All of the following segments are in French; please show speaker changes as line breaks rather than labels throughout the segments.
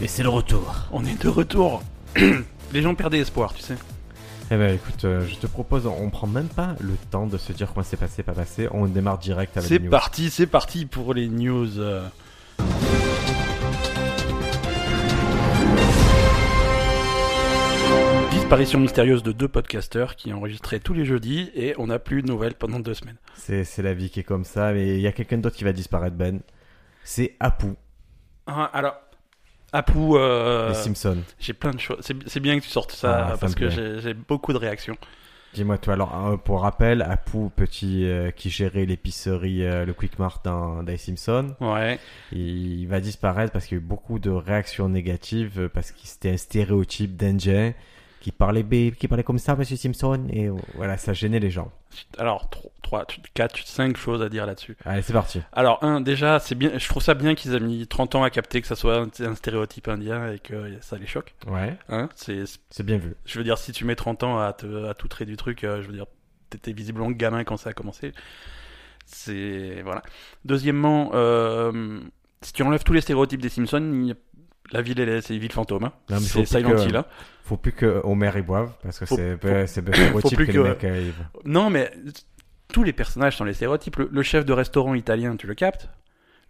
Et c'est le retour.
On est de retour. Les gens perdaient espoir, tu sais.
Eh ben écoute, euh, je te propose, on prend même pas le temps de se dire quoi s'est passé, pas passé, on démarre direct avec
C'est
les news.
parti, c'est parti pour les news. euh. Disparition mystérieuse de deux podcasteurs qui enregistraient tous les jeudis et on n'a plus de nouvelles pendant deux semaines.
C'est c'est la vie qui est comme ça, mais il y a quelqu'un d'autre qui va disparaître, Ben. C'est Apu,
Ah, alors, Apu, euh,
les Simpsons.
j'ai plein de choses. C'est c'est bien que tu sortes ça
Ah, ça
parce
me
que
plaît.
j'ai j'ai beaucoup de réactions.
Dis-moi toi, alors euh, pour rappel, Apu, petit euh, qui gérait l'épicerie, euh, le Quick Mart dans, dans les Simpsons,
Ouais,
il va disparaître parce qu'il y a eu beaucoup de réactions négatives, euh, parce que c'était un stéréotype d'Indien qui parlait bé- qui parlait comme ça, Monsieur Simpson, et euh, voilà, ça gênait les gens.
alors 3, 4, 5 choses à dire là-dessus.
Allez, c'est parti.
Alors, un, déjà, c'est bien, je trouve ça bien qu'ils aient mis 30 ans à capter que ça soit un, un stéréotype indien et que ça les choque.
Ouais,
Hein, c'est,
c'est bien vu.
je veux dire, si tu mets 30 ans à, te, à tout du truc, euh, je veux dire, t'étais visiblement gamin quand ça a commencé. C'est, voilà. Deuxièmement, euh, si tu enlèves tous les stéréotypes des Simpsons, il y a- la ville, elle est- c'est une ville fantôme. hein.
Non, mais faut
c'est
plus
Silent
que-
Hill. hein.
Faut plus que Homer y boive, parce que
Faut-
c'est
faut-
c'est le stéréotype
plus
que
que-
les mecs arrivent.
Non, mais tous les personnages sont les stéréotypes. Le, le chef de restaurant italien, tu le captes.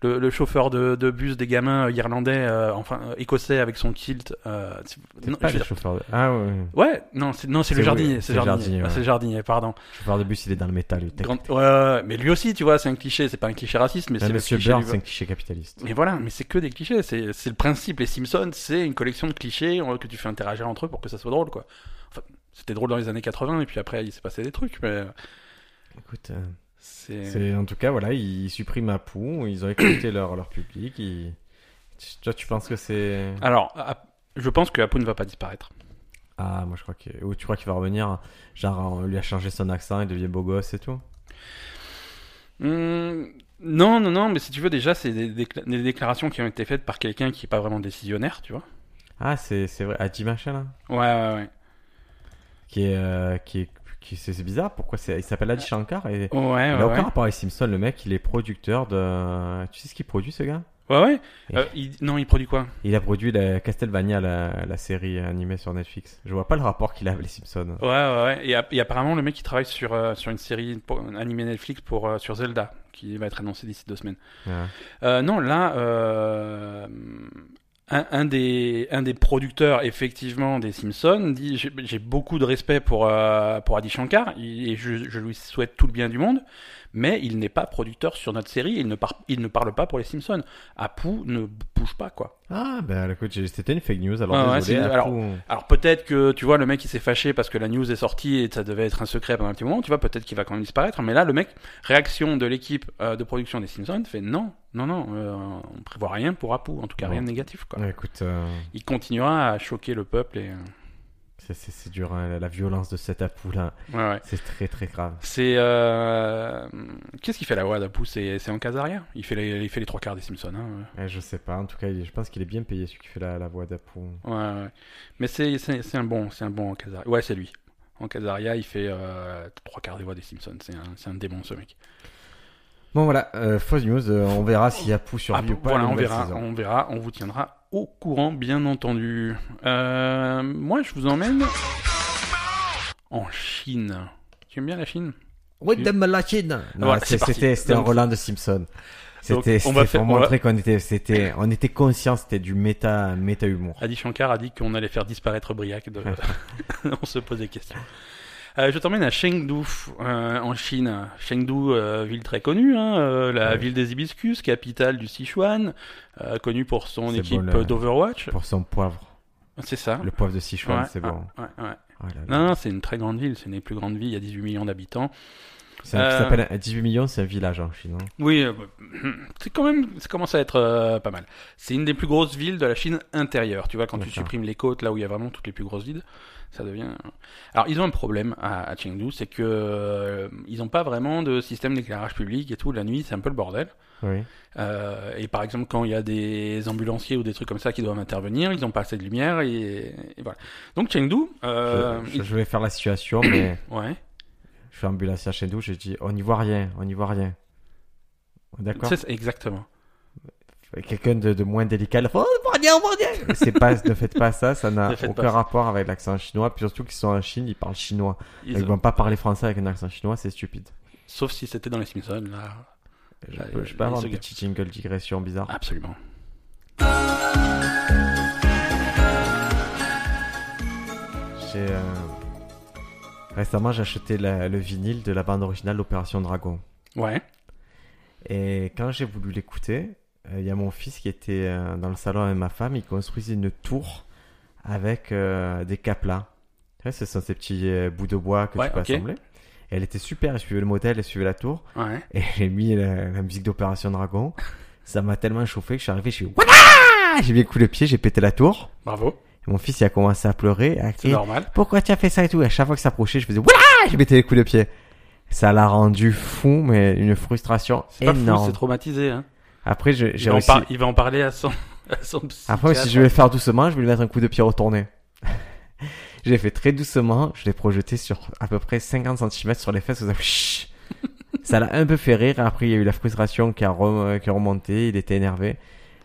Le, le chauffeur de, de bus des gamins euh, irlandais, euh, enfin euh, écossais avec son kilt. euh, c'est-
C'est
non,
pas
je veux
le
dire-
chauffeur de... Ah ouais, ouais.
Ouais, non, c'est non, c'est le
C'est-
jardinier,
oui,
c'est le jardinier, Ah,
ouais.
c'est le jardinier, pardon.
Le chauffeur de bus, il est dans le métal. il-
Grand- ouais, ouais, ouais, mais lui aussi, tu vois, c'est un cliché, c'est pas un cliché raciste, mais
Même
c'est le
Monsieur
cliché.
Burns,
du-
c'est un cliché capitaliste.
Mais voilà, mais c'est que des clichés, c'est c'est le principe. Les Simpsons, c'est une collection de clichés euh, que tu fais interagir entre eux pour que ça soit drôle, quoi. Enfin, c'était drôle dans les années 80 et puis après il s'est passé des trucs, mais
Écoute, euh,
c'est.
c'est en tout cas, voilà, ils suppriment Apu, ils ont écouté leur, leur public. ils- Tu- Toi, tu penses que c'est.
Alors, à- je pense que Apu ne va pas disparaître.
Ah, moi je crois que. Ou tu crois qu'il va revenir Genre, on lui a changé son accent, il devient beau gosse et tout
Hmm, non, non, non, mais si tu veux, déjà, c'est des, décla- des déclarations qui ont été faites par quelqu'un qui n'est pas vraiment décisionnaire, tu vois.
Ah, c'est c'est vrai. Adi Machin, là
Ouais, ouais, ouais.
Qui est. euh, qui est... qui- C'est c'est bizarre, pourquoi c'est- il s'appelle Adi Shankar et
Ouais, ouais,
il a
ouais.
aucun rapport avec Simpson, le mec il est producteur de... Tu sais ce qu'il produit ce gars
Ouais, ouais.
Et-
Euh, il- non, il produit quoi
Il a produit la Castlevania, la, la série animée sur Netflix. Je vois pas le rapport qu'il a avec les Simpsons.
Ouais, ouais, ouais. Et, app- et apparemment, le mec, il travaille sur, euh, sur une série pour- animée Netflix pour, euh, sur Zelda, qui va être annoncée d'ici deux semaines.
Ouais.
Euh, non, là, euh, un, un des, un des producteurs, effectivement, des Simpsons, dit J'ai j'ai beaucoup de respect pour, euh, pour Adi Shankar, il- et je, je lui souhaite tout le bien du monde, mais il n'est pas producteur sur notre série, il ne, par- il ne parle pas pour les Simpsons. Apu ne bouge pas, quoi.
Ah, ben écoute, j'ai- c'était une fake news, alors
Ah, ouais,
désolé.
c'est-
à
alors-
tout-
Alors peut-être que, tu vois, le mec, il s'est fâché parce que la news est sortie et ça devait être un secret pendant un petit moment, tu vois, peut-être qu'il va quand même disparaître, mais là, le mec, réaction de l'équipe euh, de production des Simpsons, fait non, non, non, euh, on prévoit rien pour Apu, en tout cas
Bon.
rien de négatif, quoi.
Ouais, écoute, euh,
il continuera à choquer le peuple et euh,
c'est- c'est c'est dur, hein, la- la violence de cet apou là,
ouais ouais
c'est très très grave.
c'est euh... qu'est-ce qu'il fait la voix d'Apu c'est c'est en case arrière il fait les il fait les trois quarts des Simpsons hein.
Eh, je sais pas, en tout cas, il- je pense qu'il est bien payé celui qui fait la, la voix d'apou.
ouais, ouais. mais c'est c'est c'est un bon c'est un bon en case arrière ouais c'est lui en case arrière il fait euh, trois quarts des voix des Simpsons c'est un c'est un démon ce mec
Bon voilà, euh, fausse news, euh, on verra si apou
Ah,
survit ou pas.
voilà
la
on
nouvelle
verra
saison.
on verra on vous tiendra au courant bien entendu Euh, moi je vous emmène en Chine tu aimes bien la Chine
With the machine. Non,
Voilà,
c'est-
c'est parti.
c'était c'était un
Donc-
Roland de Simpson.
Donc,
C'était
on va
c'était
faire-
pour
on va-
montrer qu'on était c'était on était conscient, c'était du méta méta humour.
Adi Shankar a dit qu'on allait faire disparaître Briac. de- on se pose des questions. Euh, je t'emmène à Chengdu, euh, en Chine. Chengdu, euh, ville très connue, hein, euh, la
Ouais.
ville des hibiscus, capitale du Sichuan, euh, connue pour son
C'est
équipe
bon, là.
d'Overwatch.
Pour son poivre,
C'est ça.
le poivre de Sichuan,
Ouais,
c'est
ah,
bon.
ouais, ouais.
Oh là là.
Non, non, c'est une très grande ville, c'est une des plus grandes villes, il y a 18 millions d'habitants.
C'est un-
Euh,
ça s'appelle un- 18 millions, c'est un village en Chine. hein.
Oui, euh, c'est quand même, ça commence à être euh, pas mal. C'est une des plus grosses villes de la Chine intérieure. Tu vois, quand tu
D'accord.
supprimes les côtes, là où il y a vraiment toutes les plus grosses villes, ça devient. euh. Alors, ils ont un problème à, à Chengdu, c'est que euh, ils n'ont pas vraiment de système d'éclairage public et tout. La nuit, c'est un peu le bordel.
Oui.
Euh, et par exemple, quand il y a des ambulanciers ou des trucs comme ça qui doivent intervenir, ils n'ont pas assez de lumière et, et voilà. Donc Chengdu, euh,
je, je- je vais faire la situation, mais
ils- ouais,
je suis ambulancier chez nous, j'ai dit on n'y voit rien, on n'y voit rien. D'accord.
c'est ça, exactement.
quelqu'un de, de moins délicat, il fait, oh, bon Dieu, bon Dieu c'est pas, ne faites pas ça, ça n'a
Ne faites pas
aucun
ça.
rapport avec l'accent chinois, puis surtout qu'ils sont en Chine, ils parlent chinois.
Ils-
Ils vont pas parler français avec un accent chinois, c'est stupide.
Sauf si c'était dans les Simpsons, là.
Je
Là,
peux,
il-
je peux avoir
il
un
Ah, se
petit jingle digression bizarre.
Absolument. Ah.
J'ai, euh, Récemment, j'ai acheté la- le vinyle de la bande originale d'Opération Dragon.
Ouais.
Et quand j'ai voulu l'écouter, euh, il y a mon fils qui était euh, dans le salon avec ma femme. Il construisait une tour avec euh, des caplas. Tu vois, Ce sont ces petits euh, bouts de bois que
Ouais,
tu peux
ok.
assembler. Et elle était super. Elle suivait le modèle, elle suivait la tour.
Ouais.
Et j'ai mis la, la musique d'Opération Dragon. Ça m'a tellement chauffé que je suis arrivé, je suis Voilà J'ai mis un coup de pied, j'ai pété la tour.
Bravo.
Et mon fils, il a commencé à pleurer. À
C'est
crier,
normal.
pourquoi tu as fait ça et tout. Et à chaque fois que ça approchait, je faisais Voilà Je mettais les coups de pied. Ça l'a rendu fou, mais une frustration
C'est pas fou,
énorme.
c'est traumatisé. Hein.
Après, je-
Il,
j'ai
va en
réussi.
par- il va en parler à son, à son psychiatre.
Après, si je vais le faire doucement, je vais lui mettre un coup de pied retourné. je l'ai fait très doucement, je l'ai projeté sur à peu près 50 cm sur les fesses. Ça fait chut. Ça l'a un peu fait rire. Après, il y a eu la frustration qui a, rem- qui a remonté, il était énervé.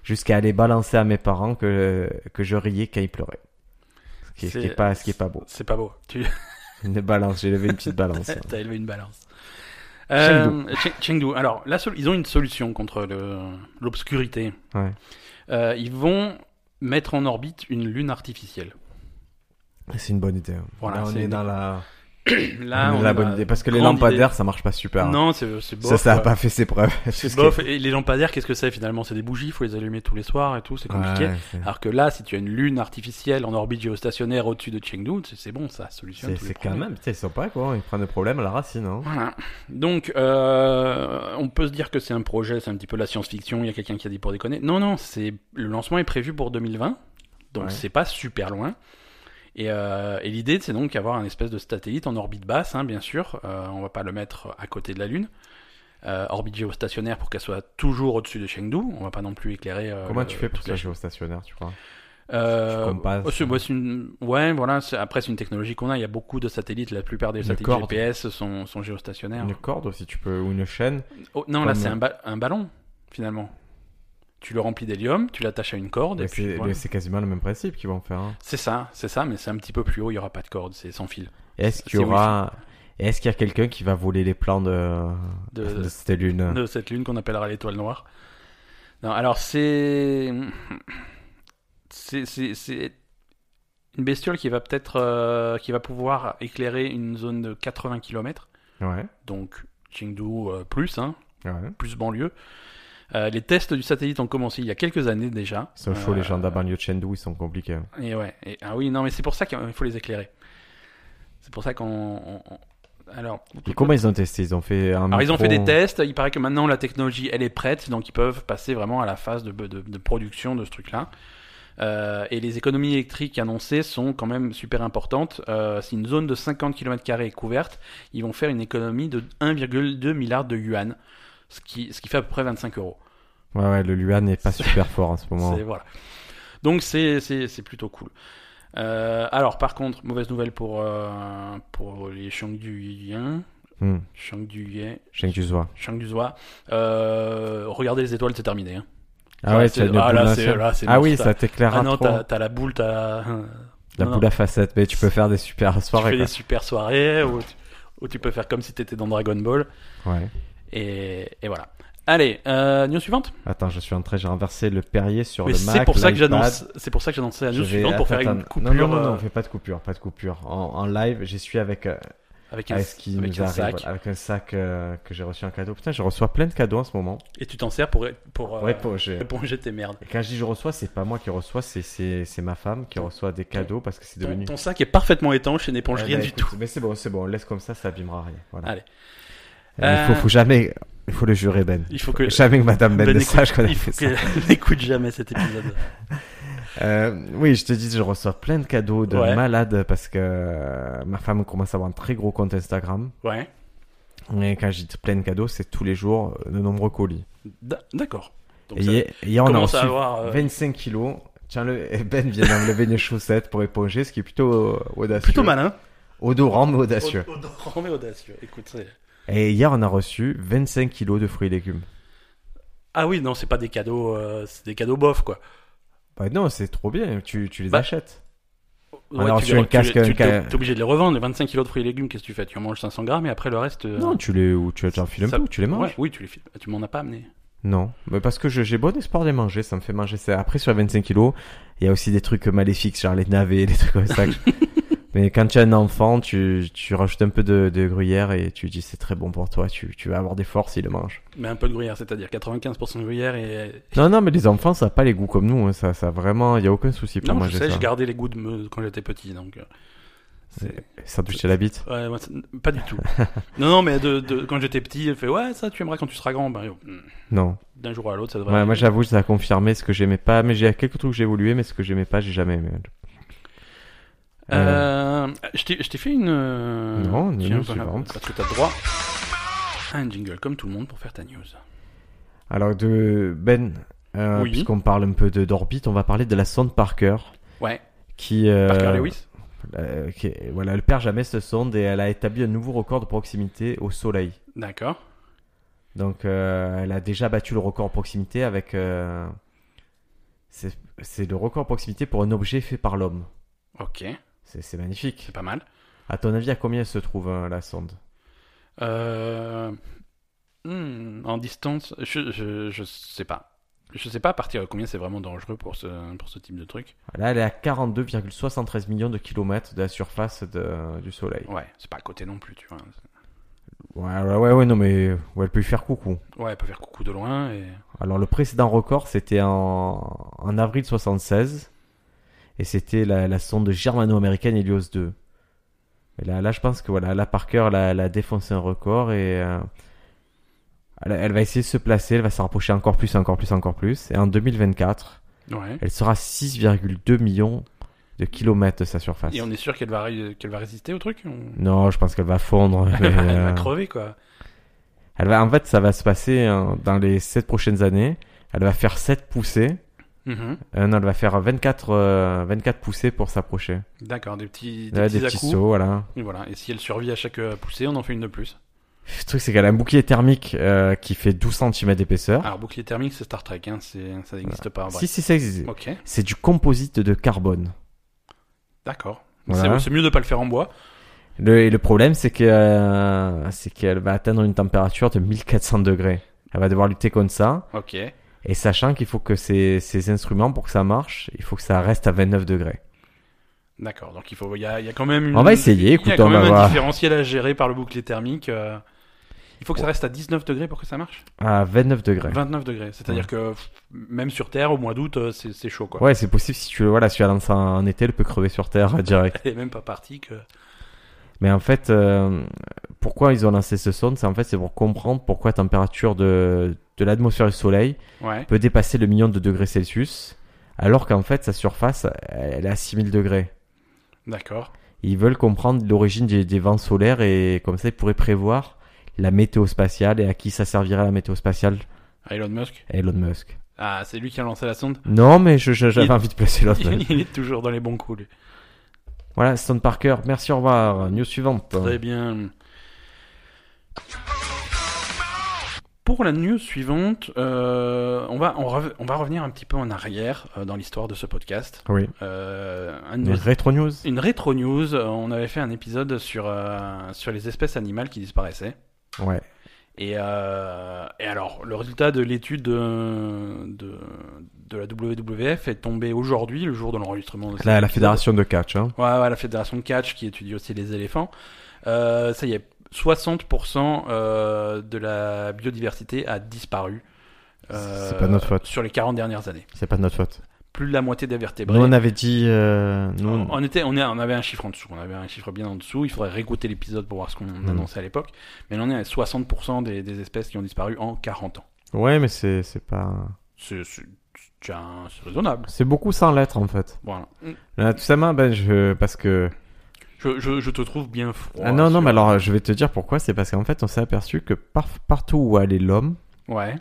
Jusqu'à aller balancer à mes parents que, que je riais quand ils pleuraient. Ce qui, est- ce qui est
C'est-
pas, ce qui est pas beau.
C'est pas beau. Tu
Une balance, j'ai levé une petite balance. ouais.
as élevé une balance. Euh, Cheng- Chengdu. Alors, la sol- ils ont une solution contre le- l'obscurité.
Ouais.
Euh, ils vont mettre en orbite une lune artificielle.
C'est une bonne idée.
Voilà,
Là, on
c'est
est
une-
dans la, on
Là,
est dans
on
la
est dans
bonne idée. Parce que les
grande
lampadaires, ça marche pas super. hein.
Non, c'est c'est bof.
ça, ça a
quoi.
pas fait ses preuves.
C'est bof. Et les lampadaires, qu'est-ce que c'est finalement C'est des bougies, il faut les allumer tous les soirs et tout, c'est compliqué.
Ouais, c'est-
Alors que là, si tu as une lune artificielle en orbite géostationnaire au-dessus de Chengdu, c'est- c'est bon, ça solutionne
C'est
tous les
c'est quand
problèmes.
même, putain, ils sont pas quoi, ils prennent le problème à la racine. Hein.
Voilà. Donc, euh, on peut se dire que c'est un projet, c'est un petit peu la science-fiction, il y a quelqu'un qui a dit pour déconner. Non, non, c'est le lancement est prévu pour 2020, donc
Ouais.
c'est pas super loin. Et, euh, et l'idée, c'est donc avoir un espèce de satellite en orbite basse, hein, bien sûr. Euh, on va pas le mettre à côté de la Lune. Euh, orbite géostationnaire pour qu'elle soit toujours au-dessus de Chengdu. On va pas non plus éclairer. euh,
Comment
le-
tu fais pour
toute
ça
la-
géostationnaire, tu crois
euh,
Tu compasses.
ouais, c'est- ouais, c'est une... ouais, voilà. c'est- Après, c'est une technologie qu'on a. Il y a beaucoup de satellites. La plupart des
Une
satellites
corde.
GPS sont, sont géostationnaires.
Une corde aussi, tu peux, ou une chaîne.
Oh, non, là,
Comme-
c'est un, ba- un ballon, finalement. Tu le remplis d'hélium, tu l'attaches à une corde, et
Mais
puis
C'est
voilà.
mais c'est quasiment le même principe qu'ils vont faire. hein.
C'est ça, c'est ça, mais c'est un petit peu plus haut, il n'y aura pas de corde, c'est sans fil.
Et Est-ce qu'il y
C'est
aura. et Est-ce qu'il y a quelqu'un qui va voler les plans de,
De-
de cette lune
De cette lune qu'on appellera l'étoile noire. Non, alors c'est. C'est c'est- c'est une bestiole qui va peut-être. euh, qui va pouvoir éclairer une zone de 80 km,
Ouais.
donc Chengdu euh, plus, hein,
ouais.
plus banlieue. Euh, les tests du satellite ont commencé il y a quelques années déjà.
Ils sont chauds, les
Euh,
gens de la banlieue de Chengdu, ils sont compliqués.
Et ouais. et- ah oui, non, mais c'est pour ça qu'il faut les éclairer. C'est pour ça qu'on. on- on- Alors,
Et comment ils ont testé Ils ont fait un.
alors ils ont fait
micro-
des tests. Il paraît que maintenant la technologie elle est prête, donc ils peuvent passer vraiment à la phase de, de- de production de ce truc-là. Euh, et les économies électriques annoncées sont quand même super importantes. Euh, si une zone de 50 km est couverte, ils vont faire une économie de 1,2 milliard de yuan, ce qui, ce qui fait à peu près 25 euros.
Ouais, ouais, le Luan n'est pas super fort en ce moment.
C'est- voilà. Donc c'est c'est- c'est plutôt cool. Euh, alors par contre, mauvaise nouvelle pour euh, pour les Shangduyiens,
Hmm.
Shangduyiens,
Chengdu Zwa.
Shangduzois. Euh, regardez les étoiles, c'est terminé. hein.
Ah
Ça,
ouais,
c'est-
tu as une
ah,
boule
là,
d'un
c'est-
seul.
là, c'est
Ah
mort,
oui,
ça.
ça t'éclairera
Ah non,
trop.
t'as t'as la boule, t'as
La
non,
boule
non.
à facettes, mais tu peux faire des super
tu fais
soirées.
des super soirées ou tu, ou tu peux faire comme si t'étais dans Dragon Ball
quoi. Ouais.
et, et voilà. Allez, euh, news suivante.
Attends, je suis en train, j'ai renversé le Perrier sur
Mais
le Mac.
c'est pour ça que
l'iPad.
j'annonce, c'est pour ça que j'annonçais la
Je
news
vais-
suivante pour
attends,
faire une
attends.
coupure
Non, non, non,
euh,
non, on fait pas de coupure, pas de coupure. En, en live, j'y suis avec, euh,
avec un,
avec ce qui
avec
nous
un
arrive,
sac.
voilà, avec un sac euh, que j'ai reçu en cadeau. Putain, je reçois plein de cadeaux en ce moment.
Et tu t'en sers pour, pour, euh,
Ouais, pour- j'ai-
éponger tes merdes.
Et quand je dis je reçois, c'est pas moi qui reçois, c'est- c'est c'est ma femme qui reçoit des cadeaux parce que c'est
Ton,
devenu.
ton sac est parfaitement étanche et n'éponge
Eh
rien
ben,
du
écoute,
tout.
Mais c'est bon, c'est bon, on laisse comme ça, ça abîmera rien. Voilà.
Allez.
Il faut,
Euh,
faut jamais, il faut le jurer Ben.
Il faut que
Jamais que Madame Ben,
Ben
ne
écoute-
sache qu'on a
il
fait
faut
ça.
qu'elle n'écoute jamais cet épisode.
Euh, oui, je te dis, je reçois plein de cadeaux de
Ouais.
malades parce que euh, ma femme commence à avoir un très gros compte Instagram.
Ouais.
Et quand je dis plein de cadeaux, c'est tous les jours euh, de nombreux colis.
D- D'accord. Donc
et
ça
hier, hier, on a
commence
reçu
à avoir. euh,
25 kilos. Tiens, le, et Ben vient d'enlever une chaussette pour éponger, ce qui est plutôt euh, audacieux.
Plutôt malin.
Odorant, mais audacieux.
Odorant mais audacieux. Écoute, c'est-
Et hier, on a reçu 25 kilos de fruits et légumes.
Ah oui, non, c'est pas des cadeaux, euh, c'est des cadeaux bof quoi.
Bah non, c'est trop bien, tu, tu les
Bah,
achètes.
Ouais,
Alors, Ah
tu,
sur
les-
un
tu
casque, euh,
les- tu-
un ca-
t'es- t'es obligé de les revendre. Les 25 kilos de fruits et légumes, qu'est-ce que tu fais Tu en manges 500 grammes et après le reste. euh,
Non, tu les ou tu tu en files un
ça-
peu ou tu les manges.
Ouais, oui, tu les files. Tu m'en as pas amené.
Non, mais parce que je- j'ai bon espoir de les manger, ça me fait manger ça. Après, sur les 25 kilos, il y a aussi des trucs maléfiques, genre les navets, des trucs comme ça. mais quand tu as un enfant, tu, tu rajoutes un peu de, de gruyère et tu dis c'est très bon pour toi, tu, tu vas avoir des forces, il le mange.
Mais un peu de gruyère, c'est-à-dire 95% de gruyère et.
Non, non, mais les enfants, ça n'a pas les goûts comme nous, hein, ça, ça vraiment, il y a aucun souci pour
Non,
manger
je sais,
ça.
j'ai gardé les goûts de me- quand j'étais petit, donc. euh, c'est-
Ça touche à la bite.
Ouais, moi, c'est- pas du tout. non, non, mais de, de- quand j'étais petit, elle fait ouais, ça tu aimeras quand tu seras grand. Ben, euh,
Non.
D'un jour à l'autre, ça devrait.
Ouais, moi
arriver.
j'avoue, ça a confirmé ce que j'aimais pas, mais j'ai il y a quelques trucs que j'ai évolué, mais ce que j'aimais pas, j'ai jamais aimé. Euh,
Euh, je t'ai je t'ai fait une. euh,
Non, une
tiens,
news
voilà,
suivante.
Parce que t'as droit à un jingle comme tout le monde pour faire ta news.
Alors de Ben, euh,
Oui.
puisqu'on parle un peu de d'orbite, on va parler de la sonde Parker,
Ouais.
qui, euh,
Parker Lewis.
euh, qui est- voilà, le père jamais se sonde et elle a établi un nouveau record de proximité au Soleil.
D'accord.
Donc euh, elle a déjà battu le record de proximité avec, euh, c'est c'est le record de proximité pour un objet fait par l'homme.
Ok.
C'est c'est magnifique.
C'est pas mal.
À ton avis, à combien elle se trouve hein, la sonde
Euh, hmm, en distance, je, je, je sais pas. Je sais pas à partir de combien c'est vraiment dangereux pour ce, pour ce type de truc.
Là, elle est à 42,73 millions de kilomètres de la surface de- du Soleil.
Ouais, c'est pas à côté non plus, tu vois.
Ouais, ouais, ouais, ouais, non, mais ouais, elle peut y faire coucou.
Ouais, elle peut faire coucou de loin et.
Alors le précédent record, c'était en, en avril 76, et c'était la, la sonde germano-américaine Helios 2. Et là, là, je pense que voilà, là Parker, elle a, elle a défoncé un record et euh, elle, elle va essayer de se placer, elle va se rapprocher encore plus, encore plus, encore plus. Et en 2024,
Ouais.
elle sera à 6,2 millions de kilomètres de sa surface.
Et on est sûr qu'elle va, ré- qu'elle va résister au truc on-
Non, je pense qu'elle va fondre. mais,
Elle va
euh,
crever, quoi.
elle va, en fait, ça va se passer hein, dans les 7 prochaines années. Elle va faire 7 poussées.
Mhm.
Euh, non, elle va faire 24, euh, 24 poussées pour s'approcher.
D'accord, des petits, des
Ouais,
petits
Des, petits
à-coups.
sauts, voilà.
Et voilà. Et si elle survit à chaque euh, poussée, on en fait une de plus.
Le truc, c'est qu'elle a un bouclier thermique euh, qui fait 12 cm d'épaisseur.
Alors, bouclier thermique, c'est Star Trek, hein, c'est- ça n'existe pas en vrai.
Ah. si, si, ça existe.
ah, Ok,
C'est du composite de carbone.
d'accord.
Voilà.
C'est c'est mieux de pas le faire en bois.
Le, et le problème, c'est que euh, c'est qu'elle va atteindre une température de 1400 degrés. Elle va devoir lutter contre ça.
Ok.
Et sachant qu'il faut que ces, ces instruments, pour que ça marche, il faut que ça reste à 29 degrés.
D'accord, donc il faut, il y a, il y a quand même une,
On va essayer,
il y
écoute,
a quand
on va
même un
voir.
différentiel à gérer par le bouclier thermique. euh, il faut que ça reste à 19 degrés pour que ça marche.
À 29 degrés.
29 degrés, c'est-à-dire que pff, même sur Terre, au mois d'août, euh, c'est c'est chaud quoi.
Ouais, c'est possible si tu voilà, si tu la lances en, en été, elle peut crever sur terre euh, direct.
Elle est même pas partie que.
Mais en fait, euh, pourquoi ils ont lancé ce sonde C'est en fait c'est pour comprendre pourquoi la température de, de l'atmosphère du Soleil
Ouais.
peut dépasser le million de degrés Celsius, alors qu'en fait sa surface elle est à 6000 degrés.
D'accord.
Ils veulent comprendre l'origine des, des vents solaires et comme ça ils pourraient prévoir la météo spatiale et à qui ça servirait la météo spatiale
Elon Musk.
Elon Musk.
Ah, c'est lui qui a lancé la sonde.
Non, mais je, je- j'avais
Il-
envie de placer l'autre.
il est toujours dans les bons coups. Lui.
voilà, Stone Parker, merci, au revoir. News suivante.
Très bien. Pour la news suivante, euh, on, va, on, rev- on va revenir un petit peu en arrière euh, dans l'histoire de ce podcast.
Oui.
Euh, un de
Les
nos-
rétro news.
Une rétro news, euh, on avait fait un épisode sur, euh, sur les espèces animales qui disparaissaient.
Ouais.
Et, euh, et alors, le résultat de l'étude de, de, de la WWF est tombé aujourd'hui, le jour de l'enregistrement. de cet
La, la
épisode.
fédération de catch. Hein.
Ouais, ouais, la fédération de catch qui étudie aussi les éléphants. Euh, ça y est, 60% euh, de la biodiversité a disparu. euh,
C'est pas notre faute.
Sur les 40 dernières années.
C'est pas de notre faute.
Plus de la moitié des vertébrés.
Nous, on avait dit. euh, nous, on-
On, était, on, est, on avait un chiffre en dessous, on avait un chiffre bien en dessous. Il faudrait réécouter l'épisode pour voir ce qu'on annonçait à l'époque. Mais là, on est à 60% des, des espèces qui ont disparu en 40 ans.
Ouais, mais c'est c'est pas.
C'est c'est- c'est un- c'est raisonnable.
C'est beaucoup sans lettres, en fait.
Voilà.
Là, tout ça, moi, ben, je. Parce que.
Je, je- je te trouve bien froid.
ah non, non,
sur-
mais alors, je vais te dire pourquoi. C'est parce qu'en fait, on s'est aperçu que par- partout où allait l'homme,
Ouais,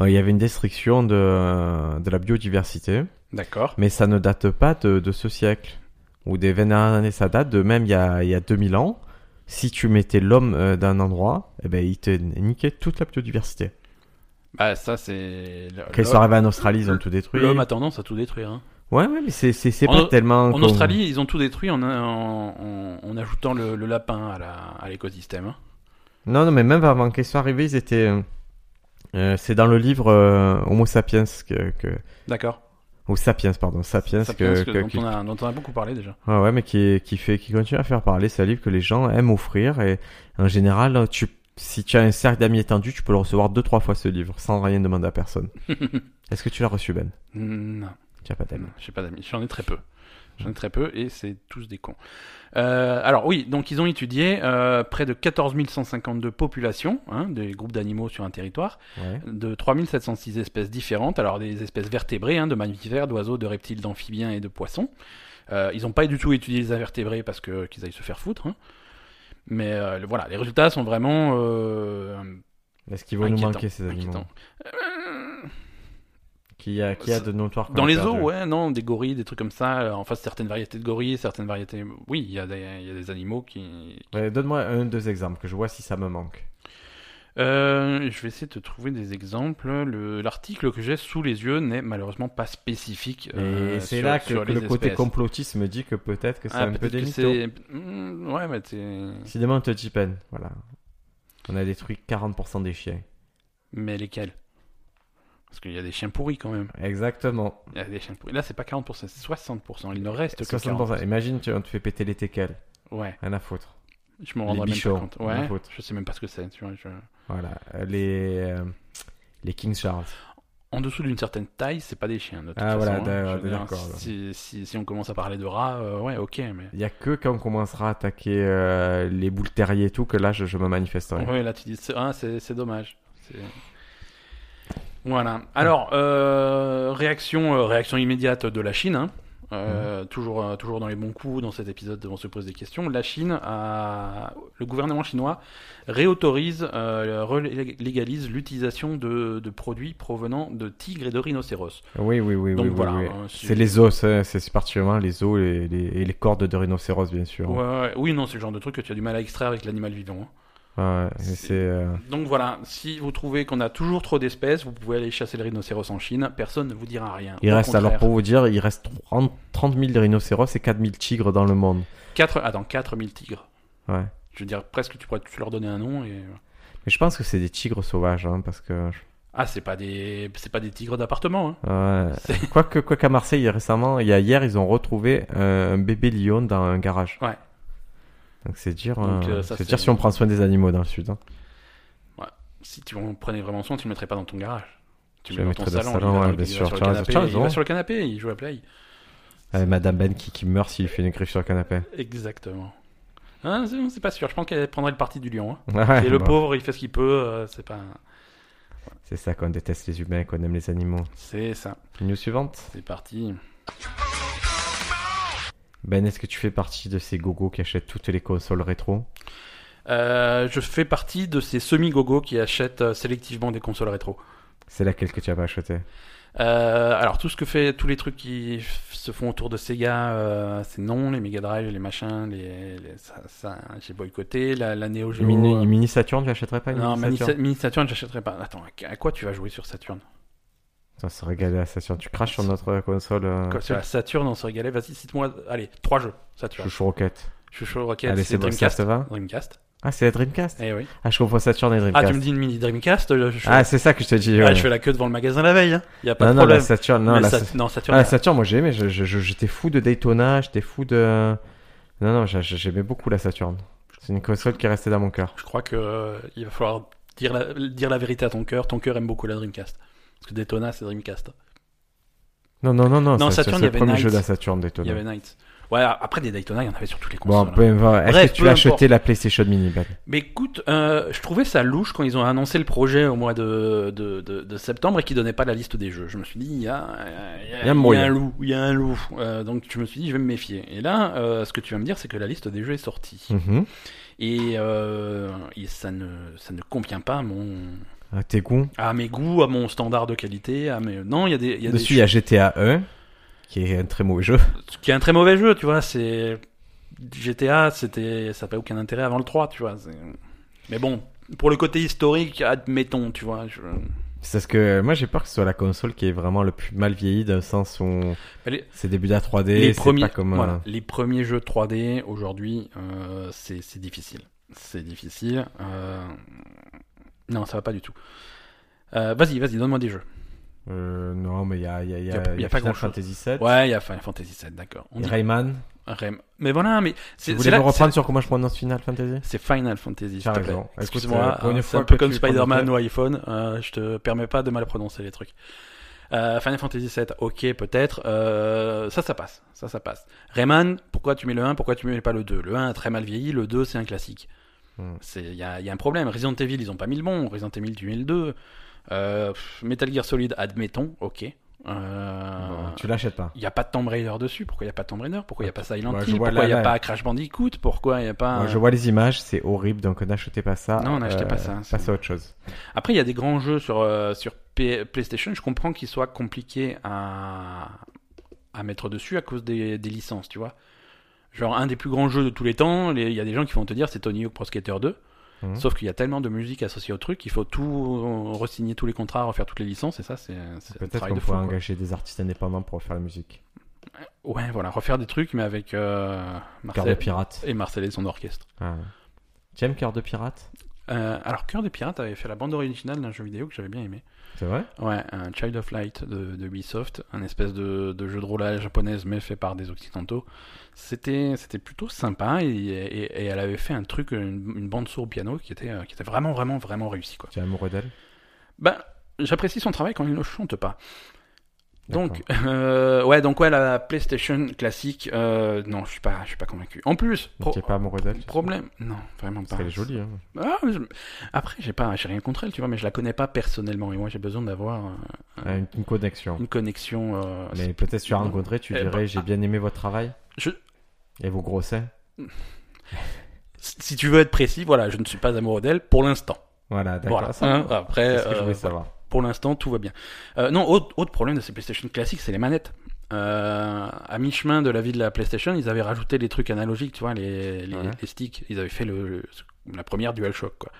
euh, il y avait une destruction de, de la biodiversité.
d'accord.
Mais ça ne date pas de, de ce siècle. Ou des 20 dernières années, ça date de même il y a, il y a 2000 ans. Si tu mettais l'homme euh, d'un endroit, eh ben, il te niquait toute la biodiversité.
Bah, ça, c'est. le-
Quand ils sont
l'homme-
arrivés en Australie, ils ont tout détruit.
L'homme a tendance à tout détruire. hein.
Ouais, ouais, mais c'est, c'est, c'est
En-
pas tellement.
En
comme-
Australie, ils ont tout détruit en, en- en- en ajoutant le, le lapin à la- à l'écosystème. hein.
Non, non, mais même avant qu'ils soient arrivés, ils étaient. euh, euh, c'est dans le livre euh, Homo sapiens que. que-
D'accord.
Ou sapiens, pardon, sapiens,
Ça
que,
pense
que-
que-
qui-
dont, on a, dont on a beaucoup parlé déjà.
Ouais, ouais, mais qui, qui fait, qui continue à faire parler. C'est un livre que les gens aiment offrir et en général, tu, si tu as un cercle d'amis étendu, tu peux le recevoir deux, trois fois ce livre sans rien demander à personne. Est-ce que tu l'as reçu, Ben
Non.
Tu as pas d'amis.
Non, J'ai pas d'amis, j'en ai très peu. J'en ai très peu et c'est tous des cons. Euh, alors oui, donc ils ont étudié euh, près de 14 152 populations hein, des groupes d'animaux sur un territoire,
Ouais.
de 3706 espèces différentes, alors des espèces vertébrées, hein, de mammifères, d'oiseaux, de reptiles, d'amphibiens et de poissons. Euh, ils n'ont pas du tout étudié les invertébrés parce que qu'ils aillent se faire foutre. hein. Mais euh, le- voilà, les résultats sont vraiment euh,
Est-ce qu'ils vont nous
inquiétants,
manquer ces animaux
inquiétants. Euh,
Qui a, qui a de notoires qu'on
Dans
a
les eaux,
perdus
ouais, non, des gorilles, des trucs comme ça. euh, En face, certaines variétés de gorilles, certaines variétés. Oui, il y, a des- il y a des animaux qui.
Ouais, Donne-moi un, deux exemples que je vois si ça me manque.
Euh, je vais essayer de te trouver des exemples. Le- L'article que j'ai sous les yeux n'est malheureusement pas spécifique. euh,
et c'est
sur-
là que,
sur
que
les
le côté
espèces.
complotiste me dit que peut-être que c'est
Ah,
un peu
peut-être
des
que
mythos.
c'est- Hmm, Ouais, mais c'est-
Si demain on te dit Ben, voilà. On a détruit 40% des chiens.
Mais lesquels Parce qu'il y a des chiens pourris quand même.
Exactement.
Il y a des chiens pourris. Là, c'est pas 40%, c'est 60%. Il ne reste que
60%.
40%.
Imagine, tu, on te fait péter les téquelles.
Ouais,
Rien à foutre.
je m'en
Les
rendrai même pas
bichons,
compte.
on a
Ouais,
faute.
je sais même pas ce que c'est. Tu vois, je...
Voilà. Euh, Les, euh, les King Charles.
En dessous d'une certaine taille, c'est pas des chiens. De toute
Ah,
façon,
voilà,
hein.
d'accord,
Je veux dire,
d'accord, alors.
Si, si, si on commence à parler de rats, euh, ouais, ok, mais.
Il n'y a que quand on commencera à attaquer euh, les boules terriers et tout que là, je, je me manifesterai.
Ouais. là tu dis, c'est- ah, c'est c'est dommage. C'est- Voilà. Alors, euh, réaction, euh, réaction immédiate de la Chine. hein. Euh, toujours, euh, toujours dans les bons coups, dans cet épisode, on se pose des questions. La Chine, a... le gouvernement chinois réautorise, euh, légalise l'utilisation de, de produits provenant de tigres et de rhinocéros.
Oui, oui, oui.
Donc
oui, oui,
voilà,
oui.
hein, c'est-
C'est les os, hein, c'est c'est particulièrement les os et les, et les cordes de rhinocéros, bien sûr.
Ouais, ouais. Oui, non, c'est le genre de truc que tu as du mal à extraire avec l'animal vivant. hein.
Ouais, et
C'est-
c'est. euh,
Donc voilà, si vous trouvez qu'on a toujours trop d'espèces, vous pouvez aller chasser le rhinocéros en Chine, personne ne vous dira rien.
Il
Au
reste, alors
contraire,
pour vous dire, il reste 30, 30 000 rhinocéros et 4 000 tigres dans le monde.
Quatre... Attends, 4000 tigres.
Ouais.
Je veux dire, presque tu pourrais tu leur donner un nom et...
Mais je pense que c'est des tigres sauvages, hein, parce que.
Ah, c'est pas des, c'est pas des tigres d'appartement, hein.
Ouais.
C'est-
Quoique, quoi qu'à Marseille, récemment, il y a hier, ils ont retrouvé euh, un bébé lion dans un garage.
Ouais.
Donc c'est dire,
Donc, euh, ça,
c'est
c'est-
dire si on prend soin des animaux dans le sud. hein.
Si tu en prenais vraiment soin, tu le mettrais pas dans ton garage. Tu
Je
le
le
mets dans ton
mettrais dans
salon,
le salon,
il, va
ouais,
dans le-
bien
il va
sûr,
sur le
tu as raison,
canapé,
tu as
il va
raison.
sur le canapé, il joue à Play.
Euh, Madame Ben qui, qui meurt s'il fait une griffe sur le canapé.
Exactement. Hein, c'est c'est pas sûr, je pense qu'elle prendrait le parti du lion. hein.
Ouais,
et le
bon,
pauvre, il fait ce qu'il peut, euh, c'est pas...
C'est ça qu'on déteste les humains, et qu'on aime les animaux.
C'est ça,
News suivante.
c'est parti.
Ben, est-ce que tu fais partie de ces gogos qui achètent toutes les consoles rétro
Euh, je fais partie de ces semi-gogo qui achètent euh, sélectivement des consoles rétro.
C'est laquelle que tu as pas acheté
Euh, alors tout ce que fait tous les trucs qui f- se font autour de Sega, euh, c'est non, les Mega Drive, les machins, les, les- ça, ça, j'ai boycotté la, la Neo Geo.
Mini,
euh,
mini Saturn, tu achèterais pas une
non,
mini
mini,
Saturn
mini Saturn, j'achèterai pas. Attends, à- à quoi tu vas jouer sur Saturn
Ça se régalait à Saturn. Tu craches sur notre console euh,
Quoi, Sur la Saturn, on se régalait. Vas-y, cite-moi. Allez, trois jeux. Saturn,
Chouchou Rocket.
Chouchou Rocket,
Allez,
c'est
c'est bon, ça
Dreamcast.
te va
Dreamcast.
Ah, c'est la Dreamcast
Eh oui.
Ah, je confonds Saturn et
Ah,
Dreamcast.
tu me dis une mini Dreamcast euh, je,
Ah, c'est ça que je te dis.
ah,
ouais.
je fais la queue devant le magasin la veille. hein. Y a pas
non,
de
non, la
problème.
Saturn, non,
Mais
la,
Sat-
Sa-
non, Saturn.
ah, la Saturn, moi j'ai aimé, je- je- je- j'étais fou de Daytona, j'étais fou de. Non, non, j'a- j'a- j'aimais beaucoup la Saturn. C'est une console qui est restée dans mon cœur.
Je crois que euh, il va falloir dire la, dire la vérité à ton cœur. Ton cœur aime beaucoup la Dreamcast. Parce que Daytona, c'est Dreamcast.
Non, non, non, non,
Non,
ça-
Saturn,
c'est
il y
le
avait
premier
Knights.
jeu de la Saturn
Il y
Daytona.
avait Night. Ouais, après des Daytona, il y en avait sur toutes les
Bon,
consoles. hein.
ben, voilà. est-ce
Bref,
que tu
peu
as acheté la PlayStation Mini, Ben
Mais écoute, euh, je trouvais ça louche quand ils ont annoncé le projet au mois de, de, de- de septembre et qu'ils donnaient pas la liste des jeux. Je me suis dit, il y a, il y a-
Il y a un
il y a
moyen.
un loup, il y a un loup. Euh, donc je me suis dit, je vais me méfier. Et là, euh, ce que tu vas me dire, c'est que la liste des jeux est sortie.
Mhm.
Et, euh, et ça ne ça ne convient pas à mon
Ah, Tes goûts
à mes goûts, à mon standard de qualité. À mes... Non, il y a des il y a des
Dessus, il y a GTA 1, qui est un très mauvais jeu.
Ce qui est un très mauvais jeu, tu vois, c'est GTA, c'était ça n'avait aucun intérêt avant le 3, tu vois. c'est- Mais bon, pour le côté historique, admettons, tu vois, je-
C'est parce que euh, moi j'ai peur que ce soit la console qui est vraiment le plus mal vieilli dans le sens où
Bah, les-
c'est début de la 3D,
les
c'est
premiers,
pas comme. euh,
voilà, les premiers jeux 3D aujourd'hui, euh, c'est c'est difficile. C'est difficile. euh, Non, ça va pas du tout. Euh, vas-y, vas-y, donne-moi des jeux.
euh, non, mais il y a, il y a, il y a,
Y a pas-
il y a
pas
Final
grand-chose.
Fantasy VII,
Ouais, il y a Final Fantasy 7, d'accord. On
il y
dit
a Rayman.
Rem. Mais voilà, mais
Tu
c'est
voulais
c'est
me
là-
reprendre sur comment je prononce Final Fantasy
c'est- c'est Final Fantasy. s'il
T'as
te plaît.
raison. Écoute, euh,
Excuse-moi,
pour une
hein, c'est
fois
un peu
que
comme
tu prends
Spider-Man
des-
ou iPhone. euh, je te permets pas de mal prononcer les trucs. Euh, Final Fantasy 7, ok, peut-être. euh, ça, ça passe. Ça, ça passe. Rayman, pourquoi tu mets le 1 Pourquoi tu mets pas le 2 Le 1 a très mal vieilli, le 2 c'est un classique.
Hmm.
C'est- Il y a, il y a un problème. Resident Evil, ils ont pas mis le bon. Resident Evil, tu mets le 2. Euh, pff, Metal Gear Solid, admettons, ok. Euh,
Bon, Tu l'achètes pas.
il n'y a pas de Tomb Raider dessus. Pourquoi il n'y a pas de Tomb Raider Pourquoi il n'y a pas Silent
Moi, je
Hill
vois
Pourquoi il
la-
n'y
la-
a pas Crash Bandicoot Pourquoi il n'y a pas.
Moi, je vois les images, c'est horrible, donc n'achetez pas ça.
Ah. Non, n'achetez
euh,
pas ça, c'est-
Passez à autre chose.
Après, il y a des grands jeux sur, euh, sur P- PlayStation. Je comprends qu'ils soient compliqués à, à mettre dessus à cause des, des licences, tu vois. Genre, un des plus grands jeux de tous les temps, les- il y a des gens qui vont te dire c'est Tony Hawk Pro Skater 2.
Mhm.
Sauf qu'il y a tellement de musique associée au truc qu'il faut tout re-signer tous les contrats, refaire toutes les licences, et ça, c'est c'est un
Peut-être
travail
qu'on
de fou.
pourrait
quoi.
engager des artistes indépendants pour faire la musique.
Ouais, voilà, refaire des trucs, mais avec euh,
Cœur de
Marcel
pirate.
et Marcel et son orchestre.
Ah. Tu aimes Cœur de pirate
Euh, alors, Cœur des Pirates avait fait la bande originale d'un jeu vidéo que j'avais bien aimé.
C'est vrai
Ouais, un Child of Light de, de Ubisoft, un espèce de, de jeu de rôle à la japonaise mais fait par des occidentaux. C'était c'était plutôt sympa et, et- et elle avait fait un truc, une, une bande sourde piano qui était, euh, qui était vraiment, vraiment, vraiment réussie. Quoi.
Tu es amoureux d'elle
Ben, j'apprécie son travail quand il ne chante pas. Donc, euh, ouais, donc ouais, la PlayStation classique, euh, non, je suis pas, je suis pas convaincu. En plus, pro-
Tu n'es pas amoureux d'elle tu sais
problème, non, vraiment pas.
Parce qu'elle est jolie. hein.
Ah, mais je- Après, j'ai pas, j'ai rien contre elle, tu vois, mais je la connais pas personnellement et moi j'ai besoin d'avoir euh,
Ah, Une, une connexion.
une connexion. euh,
Mais peut-être tu as
Non.
rencontré, tu
Eh
dirais
ben,
j'ai bien aimé votre travail
Je-
et vos gros seins.
Si si tu veux être précis, voilà, je ne suis pas amoureux d'elle pour l'instant.
Voilà, d'accord.
Voilà.
Ça,
hein, après,
c'est ce que je
euh,
voulais savoir.
pour l'instant, tout va bien. Euh, non, autre, autre problème de ces PlayStation classiques, c'est les manettes. Euh, à mi-chemin de la vie de la PlayStation, ils avaient rajouté les trucs analogiques, tu vois, les, les,
Ouais.
les sticks. Ils avaient fait le, le- la première DualShock, quoi.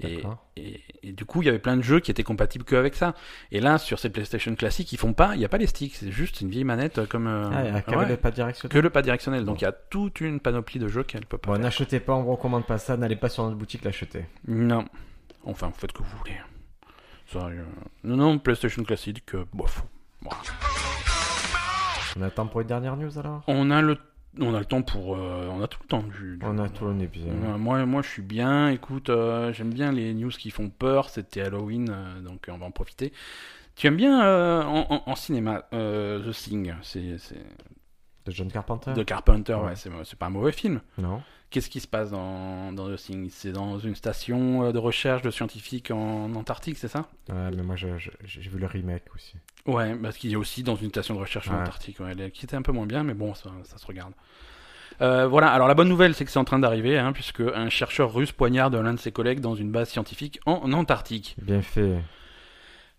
Et,
D'accord.
et, et du coup, il y avait plein de jeux qui étaient compatibles qu'avec ça. Et là, sur ces PlayStation classiques, ils font pas, il n'y a pas les sticks, c'est juste une vieille manette euh, comme. euh,
Ah, il y a
ouais,
carré de pas direct sur
que le pas directionnel. Donc il y a toute une panoplie de jeux qu'elle peut pas.
Bon,
faire.
n'achetez pas, on ne recommande pas ça, n'allez pas sur notre boutique l'acheter.
Non. Enfin, faites que vous voulez. Sérieux. Non, non, PlayStation classique, euh, bof.
On attend pour une dernière news alors
On a le, on a le temps pour, euh, on a tout le temps du. du-
On a tourné bien.
Ouais, moi, moi, je suis bien. Écoute, euh, j'aime bien les news qui font peur. C'était Halloween, euh, donc euh, on va en profiter. Tu aimes bien euh, en, en- en cinéma euh, The Thing, c'est c'est-
De John Carpenter
de Carpenter.
Ouais.
Ah. Ouais, c'est c'est pas un mauvais film.
Non.
Qu'est-ce qui se passe dans, dans The Thing C'est dans une station euh, de recherche de scientifiques en Antarctique, c'est ça
Ouais, mais moi je- je- j'ai vu le remake aussi.
Ouais, parce qu'il est aussi dans une station de recherche en
Ouais.
Antarctique, ouais, elle- qui était un peu moins bien, mais bon, ça, ça se regarde. Euh, voilà, alors la bonne nouvelle, c'est que c'est en train d'arriver, hein, puisque un chercheur russe poignarde l'un de ses collègues dans une base scientifique en Antarctique.
Bien fait.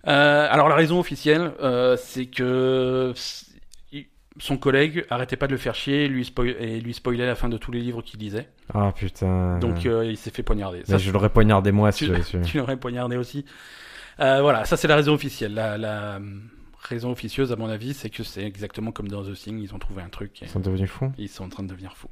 Euh, alors la raison officielle, euh, c'est que s- il- son collègue arrêtait pas de le faire chier lui spoil- et lui spoilait la fin de tous les livres qu'il lisait.
Ah putain.
Donc euh, il s'est fait poignarder.
Mais
Ça,
je l'aurais poignardé moi si
tu-
j'avais su.
tu l'aurais poignardé aussi. Euh, voilà, ça c'est la raison officielle. La, la, euh, raison officieuse, à mon avis, c'est que c'est exactement comme dans The Thing, ils ont trouvé un truc et
Ils sont devenus fous.
ils sont en train de devenir fous.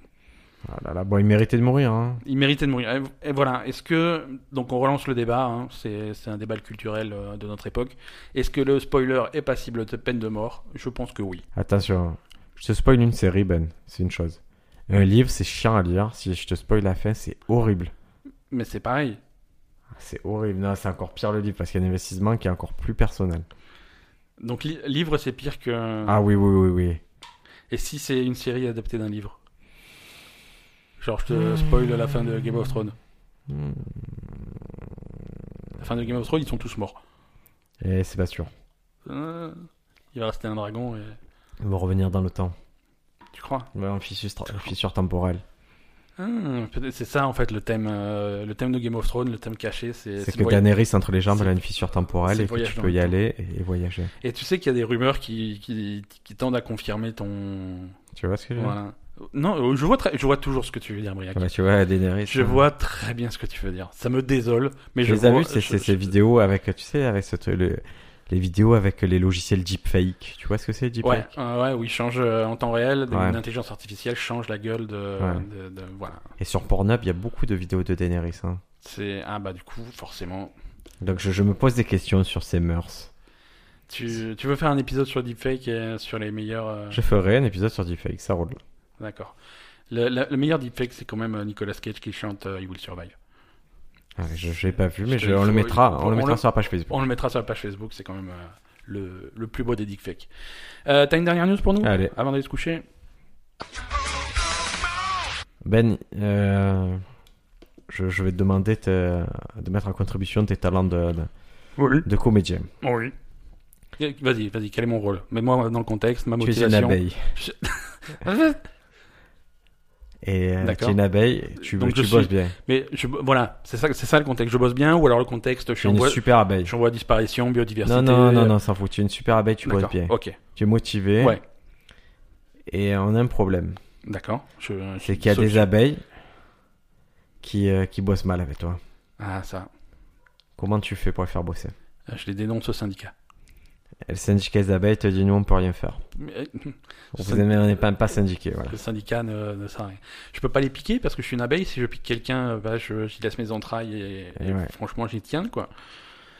Ah là là, bon, ils méritaient de mourir. Hein.
Ils méritaient de mourir. Et voilà, est-ce que. Donc on relance le débat, hein, c'est c'est un débat culturel euh, de notre époque. Est-ce que le spoiler est passible de peine de mort Je pense que oui.
Attention, je te spoil une série, Ben. C'est une chose. Un livre, c'est chiant à lire. Si je te spoil la fin, c'est horrible.
Mais c'est pareil.
C'est horrible. Non, c'est encore pire le livre parce qu'il y a un investissement qui est encore plus personnel.
Donc li- livre, c'est pire que.
Ah oui, oui, oui, oui.
Et si c'est une série adaptée d'un livre Genre, je te spoil la fin de Game of Thrones.
Hmm.
La fin de Game of Thrones, ils sont tous morts.
Et Eh, c'est pas sûr.
Euh, Il va rester un dragon et.
Ils vont revenir dans le temps.
Tu crois
Ouais, en fissure, fissure temporelle.
Hum, peut-être- C'est ça en fait le thème, euh, le thème de Game of Thrones, le thème caché, c'est.
C'est
c'est
que
voy-
Daenerys, entre les jambes,
c'est-
elle a une fissure temporelle
c'est
et que
voyage
tu
dans
peux
le
y
temps.
aller et, et voyager.
Et tu sais qu'il y a des rumeurs qui, qui, qui tendent à confirmer ton.
Tu vois ce que je veux dire
Voilà. Non, euh, je vois, très- je vois toujours ce que tu veux dire, Briac.
Bah, tu vois, Daenerys.
Je
hein.
vois très bien ce que tu veux dire. Ça me désole, mais
Je
je
les as
vois-
vus, c'est
je-
c'est
je-
ces vidéos avec, tu sais, avec ce truc, le- les vidéos avec les logiciels deepfake. Tu vois ce que c'est,
Ouais,
deepfake
euh, ouais, où il change euh, en temps réel, des-
Ouais.
une intelligence artificielle change la gueule de.
Ouais.
de- de- voilà.
Et sur Pornhub, il y a beaucoup de vidéos de Daenerys. hein.
C'est ah bah du coup forcément.
Donc je, je me pose des questions sur ces mœurs.
Tu, tu veux faire un épisode sur deepfake et sur les meilleurs. euh,
Je ferai un épisode sur deepfake, ça roule.
D'accord. Le, le- le meilleur deepfake c'est quand même euh, Nicolas Cage qui chante euh, You Will Survive.
Ah, je je l'ai pas vu, mais
Je te-
je- on,
il
le
faut-
mettra,
il faut-
on le
on
mettra
le-
sur la page Facebook.
On le mettra sur la page Facebook, c'est quand même euh, le, le plus beau des deepfakes. Euh, T'as une dernière news pour nous
Allez.
Avant d'aller se coucher
Ben, euh, je, je vais te demander te- de mettre en contribution tes talents de, de,
Oui.
de comédien.
Oui. Eh, Vas-y, vas-y, quel est mon rôle Mets-moi dans le contexte, ma
Tu es une
motivation.
abeille. Et euh, tu
D'accord.
es une abeille, tu,
Donc
tu
je
bosses
suis-
bien.
Mais je- voilà, c'est ça, c'est ça le contexte. Je bosse bien ou alors le contexte, je
Tu
suis
es
en
une
voie,
super abeille.
je suis en voie de disparition, biodiversité.
Non, non, non, non, s'en fout. Tu es une super abeille, tu bosses
D'accord,
bien.
Ok,
Tu es motivé.
ouais,
Et on a un problème.
d'accord. Je-
C'est
je-
qu'il y a
sauf-
des abeilles qui, euh, qui bossent mal avec toi.
Ah, ça,
Comment tu fais pour les faire bosser
euh, je les dénonce au syndicat.
Et Le syndicat des abeilles te dit non, on peut rien faire.
Mais, euh,
Vous
Syn-
aimez, on n'est pas, pas syndiqué, voilà.
Le syndicat ne, ne sert à rien. Je peux pas les piquer parce que je suis une abeille. Si je pique quelqu'un, euh, bah, je, j'y laisse mes entrailles et,
Et
et
ouais.
franchement, j'y tiens, quoi.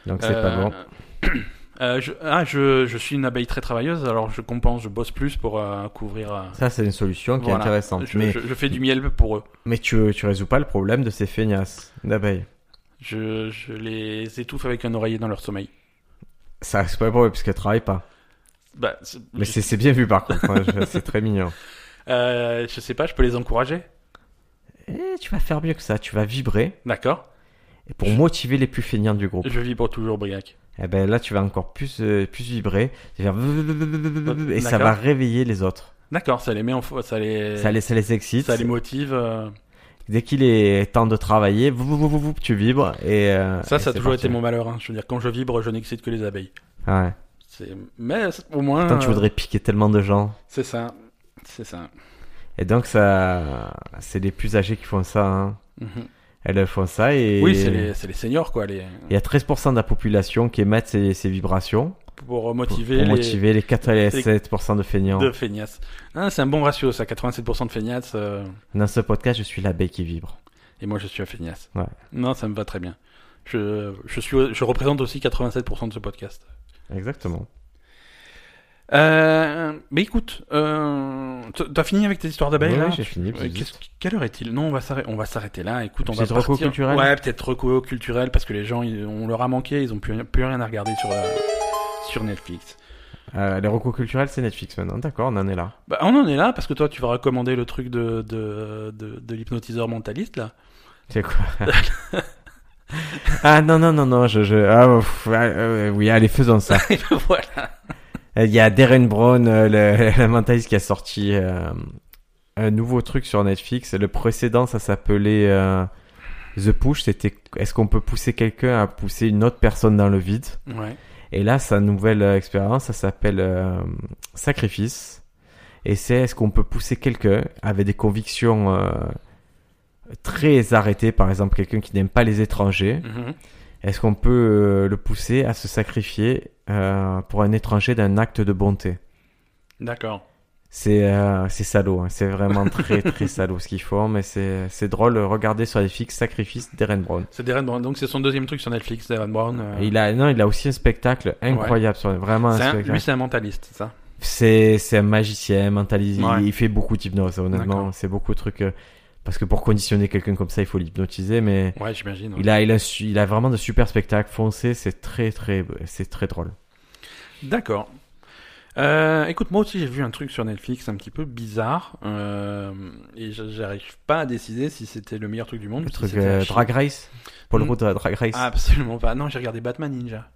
Donc c'est
Euh,
pas bon.
bon. je, ah, je, je suis une abeille très travailleuse, alors je compense, je bosse plus pour euh, couvrir. euh,
Ça, c'est une solution qui
voilà.
est intéressante.
Je,
mais
je- je fais du miel pour eux.
mais tu, tu résous pas le problème de ces feignasses d'abeilles.
Je, je les étouffe avec un oreiller dans leur sommeil.
Ça, c'est pas bon parce qu'elles travaillent pas.
Bah, c'est-
Mais
je,
c'est c'est bien vu par contre. hein, je- c'est très mignon.
euh, je sais pas, je peux les encourager.
Et Eh, tu vas faire mieux que ça. Tu vas vibrer
D'accord.
et pour motiver les plus feignants du groupe.
Je vibre toujours Briac.
Eh ben là, tu vas encore plus, euh, plus vibrer. Tu vas faire Et ça
D'accord.
va réveiller les autres.
D'accord, ça les met en fo- ça les
Ça les, ça les excite.
ça les motive. euh.
Dès qu'il est temps de travailler, vous, vous, vous, vous, vous, tu vibres. Et, euh,
Ça,
et
ça a
c'est
toujours
parti.
été mon malheur. hein. Je veux dire, quand je vibre, je n'excite que les abeilles.
Ouais.
C'est mais c'est- au moins.
Putain, tu
euh,
voudrais piquer tellement de gens.
C'est ça, c'est ça.
Et donc, ça, c'est les plus âgés qui font ça. hein.
Mhm.
Elles font ça et
Oui, c'est les c'est les seniors quoi, les
il y a 13% de la population qui émettent ces, ces vibrations
pour
pour-
motiver
pour,
les
motiver les 87% de feignants.
de feignasses. Hein, c'est un bon ratio ça, 87% de feignasses. euh,
Dans ce podcast, je suis l'abeille qui vibre.
Et moi, je suis un feignasse.
Ouais.
Non, ça me va très bien. Je, je, suis, je représente aussi 87% de ce podcast.
Exactement.
Euh, mais écoute, euh, t- t'as fini avec tes histoires d'abeilles
oui,
là
oui, j'ai fini.
Euh, qu'est-ce- Quelle heure est-il Non, on va s'arrêter. On va s'arrêter là. Écoute, on va
Petite
partir.
reco culturelle
Ouais, peut-être reco culturel parce que les gens, ils- on leur a manqué. Ils ont plus, plus rien à regarder sur euh, sur Netflix.
Euh, les recours culturels, c'est Netflix maintenant. D'accord, on en est là.
Bah, on en est là parce que toi, tu vas recommander le truc de de, de, de l'hypnotiseur mentaliste là.
C'est quoi Ah non, non, non, non, je... je... Ah, pff, ah, euh, oui, allez, faisons ça.
Et ben, voilà.
Euh, Il y a Darren Brown, euh, le, le mentaliste qui a sorti euh, un nouveau truc sur Netflix. Le précédent, ça s'appelait euh, The Push. C'était est-ce qu'on peut pousser quelqu'un à pousser une autre personne dans le vide
Ouais.
Et là, sa nouvelle euh, expérience, ça s'appelle euh, Sacrifice. Et c'est est-ce qu'on peut pousser quelqu'un avec des convictions euh, très arrêtées, par exemple quelqu'un qui n'aime pas les étrangers,
Mhm.
est-ce qu'on peut euh, le pousser à se sacrifier euh, pour un étranger d'un acte de bonté
D'accord.
c'est euh, c'est salaud, hein. c'est vraiment très très salaud ce qu'ils font, mais c'est c'est drôle. Regardez sur les fixes Sacrifice d'Eren Brown.
C'est Darren Brown. Donc c'est son deuxième truc sur Netflix, Darren Brown. euh,
Et Il a non, il a aussi un spectacle incroyable, sur- vraiment un
c'est un-
spectacle.
lui, c'est un mentaliste, c'est ça.
C'est c'est un magicien, mentaliste.
Ouais.
Il, il fait beaucoup d'hypnose, honnêtement.
D'accord.
C'est beaucoup de trucs. euh, parce que pour conditionner quelqu'un comme ça, il faut l'hypnotiser, mais
Ouais, j'imagine. ouais.
il a il a su- il a vraiment de super spectacles foncés. C'est très très c'est très drôle.
D'accord. Euh, écoute, moi aussi j'ai vu un truc sur Netflix un petit peu bizarre euh, et j- j'arrive pas à décider si c'était le meilleur truc du monde.
Le
ou si
truc
c'était la
euh,
Chine.
Drag Race, Paul
Mm.
Rudd à Drag Race.
Ah, Absolument pas. Non, j'ai regardé Batman Ninja.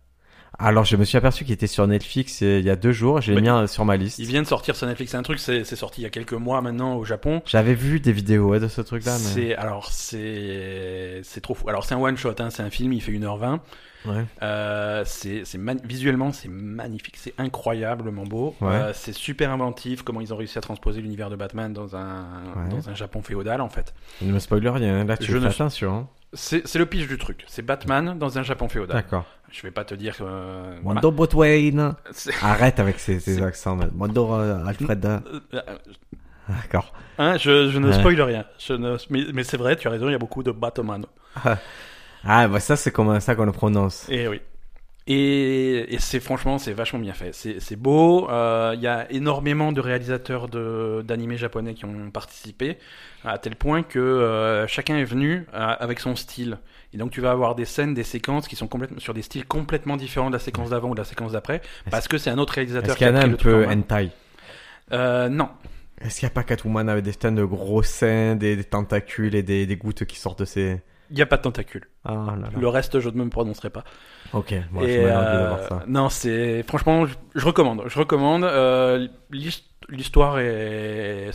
Alors, je me suis aperçu qu'il était sur Netflix euh, il y a deux jours. Je l'ai
Ouais.
mis euh, sur ma liste.
Il vient de sortir sur Netflix, c'est un truc, c'est c'est sorti il y a quelques mois maintenant au Japon.
J'avais vu des vidéos ouais, de ce truc-là. Mais...
C'est alors c'est c'est trop fou. Alors c'est un one shot, hein, c'est un film, il fait 1h20.
Ouais.
Euh, c'est c'est mag- visuellement c'est magnifique, c'est incroyablement beau.
Ouais.
Euh, c'est super inventif comment ils ont réussi à transposer l'univers de Batman dans un
Ouais.
dans un Japon féodal en fait.
Ne me spoiler rien. hein. Là, tu
Je
fais
ne-
attention. hein.
C'est c'est le pitch du truc. C'est Batman dans un Japon féodal.
D'accord.
Je vais pas te dire. euh,
Mondo Botwain.
ma- c'est-
Arrête avec ces, ces
C'est-
accents. man. Mondo euh, Alfred.
euh,
D'accord.
hein, je, je ne
Ouais.
spoil rien. Je ne... Mais, mais c'est vrai, tu as raison. Il y a beaucoup de Batman.
Ah, bah ça, c'est comme ça qu'on le prononce.
Et Eh oui. Et, et c'est franchement, c'est vachement bien fait. C'est c'est beau. euh, Il y a énormément de réalisateurs de- d'animés japonais qui ont participé, à tel point que euh, chacun est venu euh, avec son style. Et donc tu vas avoir des scènes, des séquences qui sont complètement sur des styles complètement différents de la séquence d'avant ou de la séquence d'après, parce que c'est un autre
Est-ce
réalisateur qui
qu'il y
a
en a
pris
un
le truc en
peu
main.
hentai
Euh, non,
Est-ce qu'il n'y a pas Catwoman avec des teintes de gros seins, des, des tentacules et des, des gouttes qui sortent de ses...
il n'y a pas de tentacules.
Ah là là.
Le reste, je ne me prononcerai pas.
Ok, moi
Et,
je m'en ai
euh,
envie d'avoir ça.
Non, c'est franchement, je, je recommande. Je recommande. euh, l'his- L'histoire est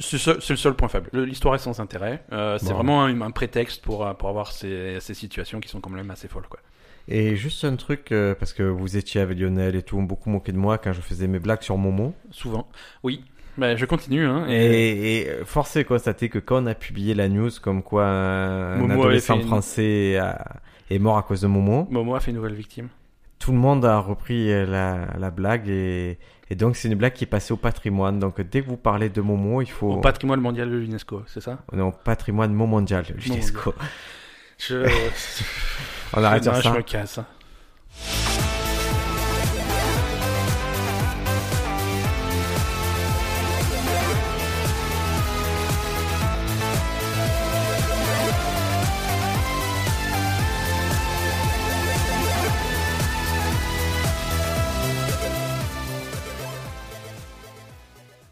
c'est seul- c'est le seul point faible. Le- L'histoire est sans intérêt. Euh, c'est
Bon.
vraiment un, un prétexte pour euh, pour avoir ces, ces situations qui sont quand même assez folles quoi.
Et juste un truc, euh, parce que vous étiez avec Lionel et tout, on beaucoup moqué de moi quand je faisais mes blagues sur Momo.
Souvent. Oui. Ben, je continue. Hein, et...
Et, et force est de constater que quand on a publié la news comme quoi un, un
Momo avait
adolescent
fait une-
français a- est mort à cause de Momo,
Momo a fait une nouvelle victime.
tout le monde a repris euh, la, la blague et, et donc c'est une blague qui est passée au patrimoine. Donc dès que vous parlez de Momo, il faut...
Au patrimoine mondial de l'UNESCO, c'est ça
Non, patrimoine mondial, l'UNESCO.
Je,
On arrête
Non,
sur
je
ça.
me casse. hein.